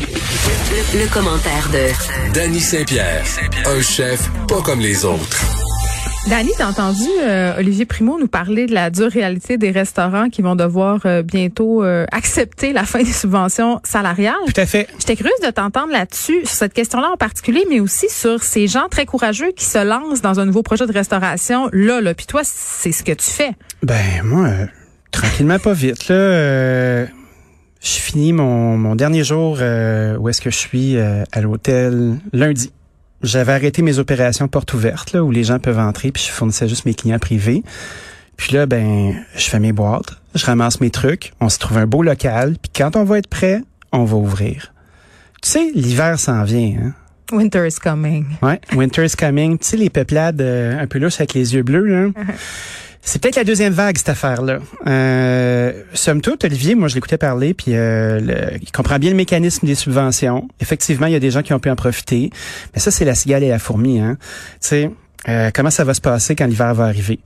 Le, le commentaire de Danny Saint-Pierre, un chef pas comme les autres. Dani, t'as entendu euh, Olivier Primo nous parler de la dure réalité des restaurants qui vont devoir euh, bientôt euh, accepter la fin des subventions salariales. Tout à fait. J'étais curieuse de t'entendre là-dessus, sur cette question-là en particulier, mais aussi sur ces gens très courageux qui se lancent dans un nouveau projet de restauration. Là, là, puis toi, c'est ce que tu fais. Ben moi, euh, tranquillement pas vite là. euh, je finis mon, mon dernier jour euh, où est-ce que je suis euh, à l'hôtel lundi. J'avais arrêté mes opérations portes ouvertes là où les gens peuvent entrer puis je fournissais juste mes clients privés. Puis là ben je fais mes boîtes, je ramasse mes trucs, on se trouve un beau local puis quand on va être prêt, on va ouvrir. Tu sais, l'hiver s'en vient hein. Winter is coming. Ouais, Winter is coming. Tu sais, les peuplades euh, un peu louches avec les yeux bleus, là. C'est peut-être la deuxième vague, cette affaire-là. Euh, somme toute, Olivier, moi, je l'écoutais parler, puis euh, le- il comprend bien le mécanisme des subventions. Effectivement, il y a des gens qui ont pu en profiter. Mais ça, c'est la cigale et la fourmi, hein. Tu sais, euh, comment ça va se passer quand l'hiver va arriver?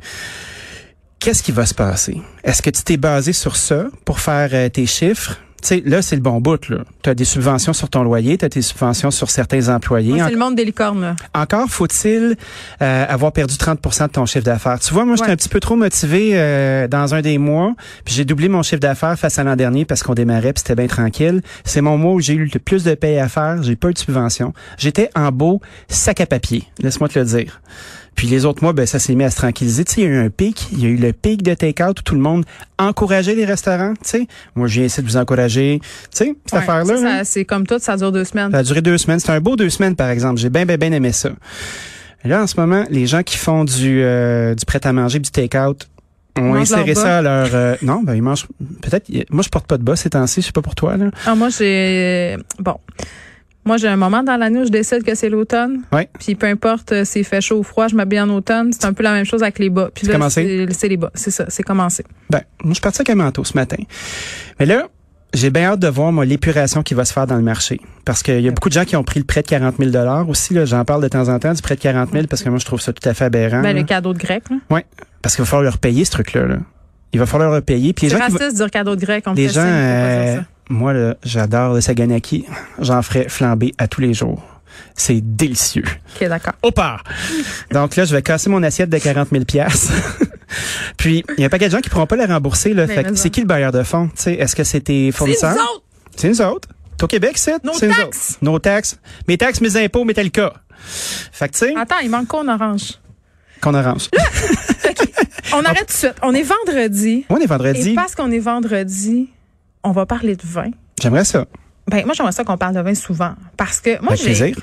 Qu'est-ce qui va se passer? Est-ce que tu t'es basé sur ça pour faire euh, tes chiffres? Tu sais, là, c'est le bon bout, là. T'as des subventions sur ton loyer, t'as des subventions sur certains employés. Moi, En- c'est le monde des licornes. là. encore faut-il euh, avoir perdu 30 de ton chiffre d'affaires. Tu vois, moi, j'étais Ouais. un petit peu trop motivé euh, dans un des mois, puis j'ai doublé mon chiffre d'affaires face à l'an dernier parce qu'on démarrait, puis c'était bien tranquille. C'est mon mois où j'ai eu le plus de paye à faire, j'ai pas eu de subvention. J'étais en beau sac à papier, laisse-moi te le dire. Puis les autres mois, ben, ça s'est mis à se tranquilliser. Tu sais, il y a eu un pic. Il y a eu le pic de take-out où tout le monde encourageait les restaurants. Tu sais, moi, je viens essayer de vous encourager. Tu sais, cette Ouais, affaire-là. hein. ça, là. ça, c'est comme tout, ça dure deux semaines. Ça a duré deux semaines. C'était un beau deux semaines, par exemple. J'ai bien, bien, bien aimé ça. Là, en ce moment, les gens qui font du, euh, du prêt-à-manger, du take-out, ont Mangent inséré leur ça à leur... euh, non, ben ils mangent... Peut-être... Moi, je porte pas de bas ces temps-ci. C'est pas pour toi, là. Ah, moi, j'ai. Bon. Moi, j'ai un moment dans l'année où je décide que c'est l'automne. Ouais. Puis peu importe euh, s'il fait chaud ou froid, je m'habille en automne. C'est un peu la même chose avec les bas. Puis C'est là, commencé? c'est c'est les bas. C'est ça, c'est commencé. Ben, moi, je suis parti avec un manteau ce matin. Mais là, j'ai bien hâte de voir, moi, l'épuration qui va se faire dans le marché. Parce qu'il y a beaucoup de gens qui ont pris le prêt de 40 000 Aussi, là, j'en parle de temps en temps, du prêt de 40 000 parce que moi, je trouve ça tout à fait aberrant. Ben, là. le cadeau de grec. là. Ouais. Parce qu'il va falloir leur payer, ce truc-là, là. Il va falloir leur payer. Puis les C'est gens qui vont- raciste de dire cadeau de grec. On me Les fait gens, signe, faut pas dire euh, ça. moi, là, j'adore le saganaki. J'en ferai flamber à tous les jours. C'est délicieux. OK, d'accord. Au part! Donc là, je vais casser mon assiette de 40 000 piastres. Puis, il y a un paquet de gens qui pourront pas la rembourser. Là. Mais Fait que Ben, raison. c'est qui le bailleur de fonds? Tu sais, Est-ce que c'est tes C'est fournisseurs? nous autres! C'est nous autres. T'es au Québec, c'est? Nos C'est nous taxes! autres. Nos taxes. Mes taxes, mes impôts, mais tel cas. Fait que, tu sais, Attends, il manque quoi en orange? qu'on arrange. On arrête tout de suite. On est vendredi. On est Ah. vendredi. Et parce qu'on est vendredi, on va parler de vin. J'aimerais ça. Ben, moi, j'aimerais ça qu'on parle de vin souvent. Parce que moi, Avec j'ai plaisir.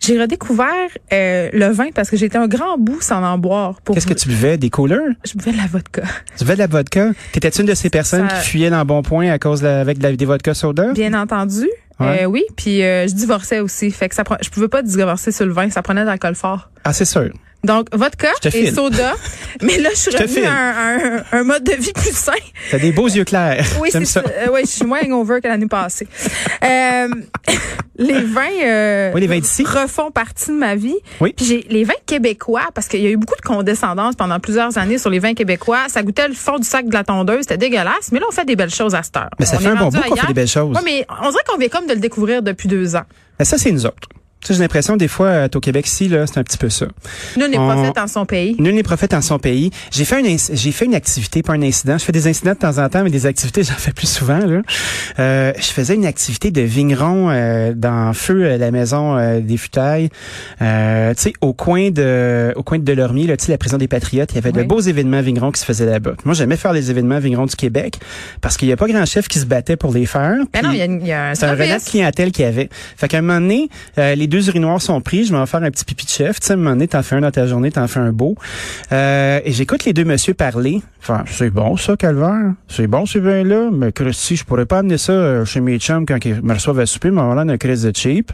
j'ai redécouvert euh, le vin parce que j'étais un grand bout sans en boire. Pour Qu'est-ce que tu buvais? Des coolers? Je buvais de la vodka. Tu buvais de la vodka? T'étais-tu une de ces personnes Ça- qui fuyaient dans bon point à cause de la- avec de la, des vodka soda? Bien entendu. Ouais. Euh, oui, puis euh, je divorçais aussi. Fait que ça pre- je pouvais pas divorcer sur le vin, ça prenait de l'alcool fort. Ah, c'est sûr. Donc, vodka Je te et file. soda. Mais là, je suis te revenue file. à un, un- un mode de vie plus sain. T'as des beaux yeux clairs. Oui, J'aime c'est ça. ça. Euh, ouais, je suis moins hangover que l'année passée. Euh, les vins euh, Oui, les vins d'ici. refont partie de ma vie. Oui. Puis j'ai les vins québécois parce qu'il y a eu beaucoup de condescendance pendant plusieurs années sur les vins québécois. Ça goûtait le fond du sac de la tondeuse, c'était dégueulasse. Mais là, on fait des belles choses à cette heure. Mais ça On fait est un bon rendu bout qu'on ailleurs. fait des belles choses. Ouais, mais on dirait qu'on vient comme de le découvrir depuis deux ans. Mais ça, c'est nous autres. Tu sais, j'ai l'impression, des fois, euh, t'es au Québec, si, là, c'est un petit peu ça. Nous, on n'est pas On- fait dans son pays. Nul n'est prophète en son pays. J'ai fait une, inc- j'ai fait une activité, pas un incident. Je fais des incidents de temps en temps, mais des activités, j'en fais plus souvent, là. Euh, je faisais une activité de vigneron, euh, dans feu, à la maison euh, des futailles. Euh, tu sais, au coin de, au coin de Delormier, là, tu sais, la prison des Patriotes, il y avait Oui. de beaux événements vignerons qui se faisaient là-bas. Moi, j'aimais faire les événements vignerons du Québec parce qu'il y a pas grand chef qui se battait pour les faire. Mais Puis- Ben non, il y a, une- il y a un C'est un relais de service. clientèle qu'il y avait. Fait qu'à un moment donné, euh, les deux urinoirs sont pris. Je m'en vais faire un petit pipi de chef. Tu sais, à un moment donné, t'en fais un dans ta journée, t'en fais un beau. Euh, et j'écoute les deux messieurs parler. Enfin, c'est bon ça, Calvaire. C'est bon ce vin-là. Mais Christy, je pourrais pas amener ça euh, chez mes chums quand ils me reçoivent à souper. Mais voilà, on a un crise de cheap.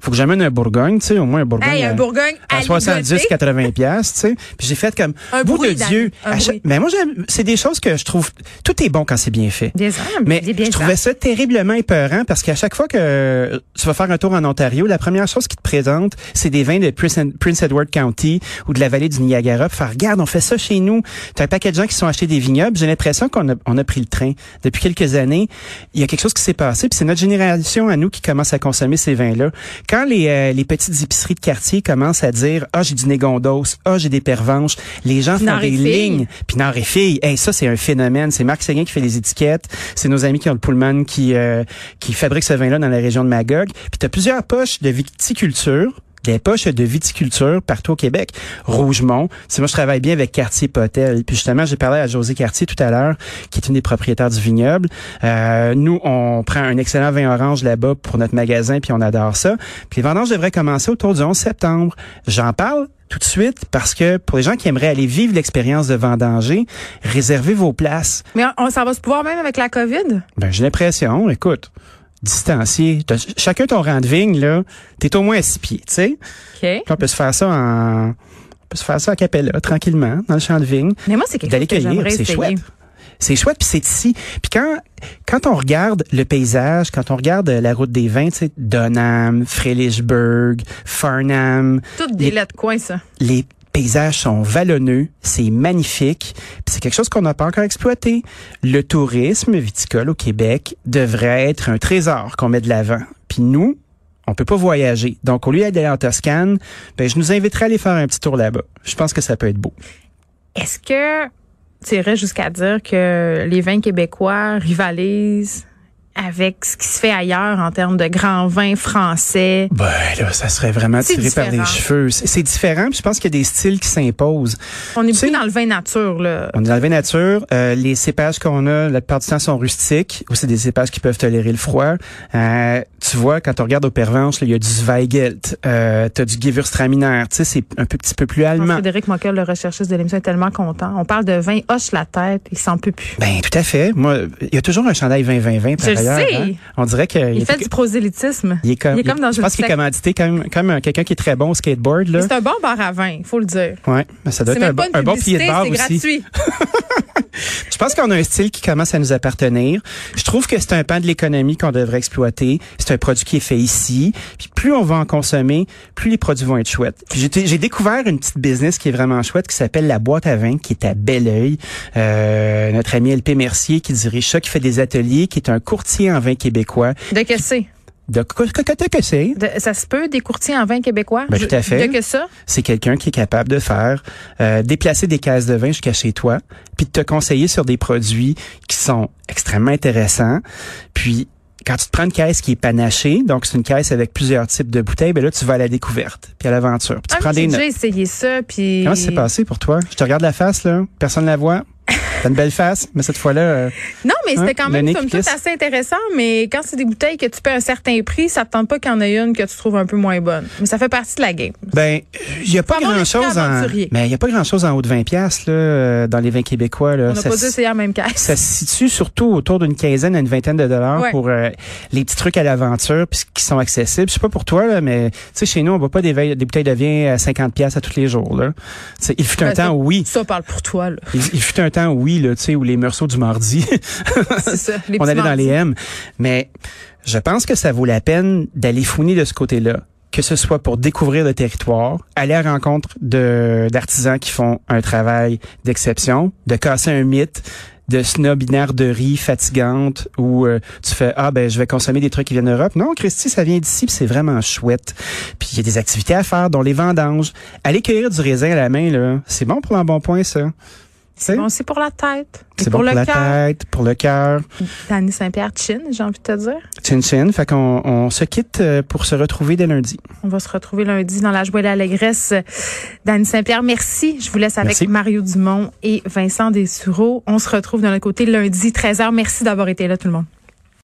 faut que j'amène un Bourgogne, tu sais, au moins un Bourgogne. Hey, un à- Bourgogne à à 70 ligoter. 80 pièces, tu sais. Puis j'ai fait comme Un bout de bruit, Dan, Dieu. un à chaque- bruit. Mais moi j'aime c'est des choses que je trouve tout est bon quand c'est bien fait. Bien sûr, Mais c'est bien je ça. trouvais ça terriblement épeurant parce qu'à chaque fois que euh, tu vas faire un tour en Ontario, la première chose qu'ils te présentent, c'est des vins de Prince, Prince Edward County ou de la vallée du Niagara. Puis faire, regarde, on fait ça chez nous. T'as un paquet de gens qui se sont achetés des vignobles. J'ai l'impression qu'on a, on a pris le train. Depuis quelques années, il y a quelque chose qui s'est passé. Puis c'est notre génération à nous qui commence à consommer ces vins-là. Quand les, euh, les petites épiceries de quartier commencent à dire, ah, j'ai du Négondos, ah, j'ai des pervenches, les gens font Pinard et des Filles. lignes. Pinard et filles, hey, ça c'est un phénomène. C'est Marc Séguin qui fait les étiquettes. C'est nos amis qui ont le Pullman qui euh, qui fabriquent ce vin-là dans la région de Magog. Puis t'as plusieurs poches de viticulture. Des poches de viticulture partout au Québec. Rougemont. Tu sais, moi, je travaille bien avec Cartier Potel. Puis justement, j'ai parlé à José Cartier tout à l'heure, qui est une des propriétaires du vignoble. Euh, nous, on prend un excellent vin orange là-bas pour notre magasin, puis on adore ça. Puis les vendanges devraient commencer autour du 11 septembre. J'en parle tout de suite parce que pour les gens qui aimeraient aller vivre l'expérience de vendanger, réservez vos places. Mais on, ça va se pouvoir même avec la COVID. Ben, j'ai l'impression, écoute, distancié, t'as- ch- chacun ton rang de vigne, là, t'es au moins à six pieds, tu sais. OK. Puis On peut se faire ça en, on peut se faire ça à Capella, tranquillement, dans le champ de vigne. Mais moi, c'est quelque D'aller chose que cueillir, j'aimerais c'est essayer. chouette. C'est chouette, puis c'est ici. Puis quand, quand on regarde le paysage, quand on regarde euh, la route des vins, tu sais, Donham, Frelichburg, Farnham, Toutes des Les- lettres coins, ça. les paysages sont vallonneux, c'est magnifique, puis c'est quelque chose qu'on n'a pas encore exploité. Le tourisme viticole au Québec devrait être un trésor qu'on met de l'avant. Puis nous, on peut pas voyager. Donc au lieu d'aller en Toscane, ben je nous inviterai à aller faire un petit tour là-bas. Je pense que ça peut être beau. Est-ce que tu irais jusqu'à dire que les vins québécois rivalisent avec ce qui se fait ailleurs en termes de grands vins français? Ben là, ça serait vraiment C'est tiré par les différent. cheveux. C'est c'est différent, puis je pense qu'il y a des styles qui s'imposent. On est Tu sais- plus dans le vin nature, là. On est dans le vin nature. Euh, les cépages qu'on a, la plupart du temps, sont rustiques ou c'est des cépages qui peuvent tolérer le froid. Euh, tu vois, quand on regarde au Pervenche, là, il y a du Zweigelt, euh, t'as du Gewürztraminer, tu sais, c'est un peu, petit peu plus allemand. Frédéric Moquel, le recherchiste de l'émission, est tellement content. On parle de vin, hoche la tête, il s'en peut plus. Ben, tout à fait. Moi, il y a toujours un chandail 20-20-20 par Je le ailleurs. sais. hein. On dirait que... Il, est- fait du prosélytisme. il est comme, il est comme dans je une pense qu'il est secte. commandité comme, comme quelqu'un qui est très bon au skateboard, là. C'est un bon bar à vin, faut le dire. Ouais, mais ça doit C'est être un, même bon- pas une un bon publicité, pilier de bar c'est aussi. gratuit. Je pense qu'on a un style qui commence à nous appartenir. Je trouve que c'est un pan de l'économie qu'on devrait exploiter. C'est un produit qui est fait ici. Puis plus on va en consommer, plus les produits vont être chouettes. Puis J'ai j'ai découvert une petite business qui est vraiment chouette qui s'appelle La Boîte à vin, qui est à Belleuil. Euh, notre ami LP Mercier qui dirige ça, qui fait des ateliers, qui est un courtier en vin québécois. De que c'est? De co- co- co- que c'est? De- ça se peut, des courtiers en vin québécois? Ben, Je- tout à fait. De que ça? Ah C'est quelqu'un qui est capable de faire euh, déplacer des cases de vin jusqu'à chez toi, puis de te conseiller sur des produits qui sont extrêmement intéressants. Puis quand tu te prends une caisse qui est panachée, donc c'est une caisse avec plusieurs types de bouteilles, ben là tu vas à la découverte, puis à l'aventure. Puis tu Ah, prends mais des J'ai notes. déjà essayé ça, puis... Comment ça s'est passé pour toi Je te regarde la face là, personne la voit. T'as une belle face, mais cette fois-là, euh, Non, mais Hein? c'était quand Le même nez comme qui tout pisse. assez intéressant, mais quand c'est des bouteilles que tu paies un certain prix, ça te tente pas qu'il y en ait une que tu trouves un peu moins bonne. Mais ça fait partie de la game. ben il y a pas Faut avoir grand chose l'esprit en, aventurier. mais il y a pas grand chose en haut de 20 pièces là euh, dans les vins québécois là. On n'a Ça pas se- dû essayer la même caisse. ça se situe surtout autour d'une quinzaine à une vingtaine de dollars Ouais. pour euh, les petits trucs à l'aventure puis qui sont accessibles. Je sais pas pour toi là, mais tu sais chez nous on boit pas des, veilles- des bouteilles de vin à 50 pièces à tous les jours là. Tu sais, il fut un Ben, temps où oui, Ça parle pour toi, là. il, il fut un temps où oui là, tu sais où les morceaux du mardi C'est ça. Les on petits allait dans les mardis. M, mais je pense que ça vaut la peine d'aller fouiner de ce côté-là. Que ce soit pour découvrir le territoire, aller à la rencontre de d'artisans qui font un travail d'exception, de casser un mythe de snob inarderie fatigante où euh, tu fais ah ben je vais consommer des trucs qui viennent d'Europe. Non, Christy, ça vient d'ici, puis c'est vraiment chouette. Puis il y a des activités à faire dont les vendanges, aller cueillir du raisin à la main là, c'est bon pour l'embonpoint ça. Tu sais, Bon, c'est pour la tête. c'est Et pour bon pour le la cœur. tête, pour le cœur. Dany Saint-Pierre Chin, j'ai envie de te dire. Chin Chin, fait qu'on on se quitte euh, pour se retrouver dès lundi. On va se retrouver lundi dans la joie et l'allégresse. Dany Saint-Pierre, merci. Je vous laisse avec Merci. Mario Dumont et Vincent Dessureau. On se retrouve de notre côté lundi, 13h. Merci d'avoir été là, tout le monde.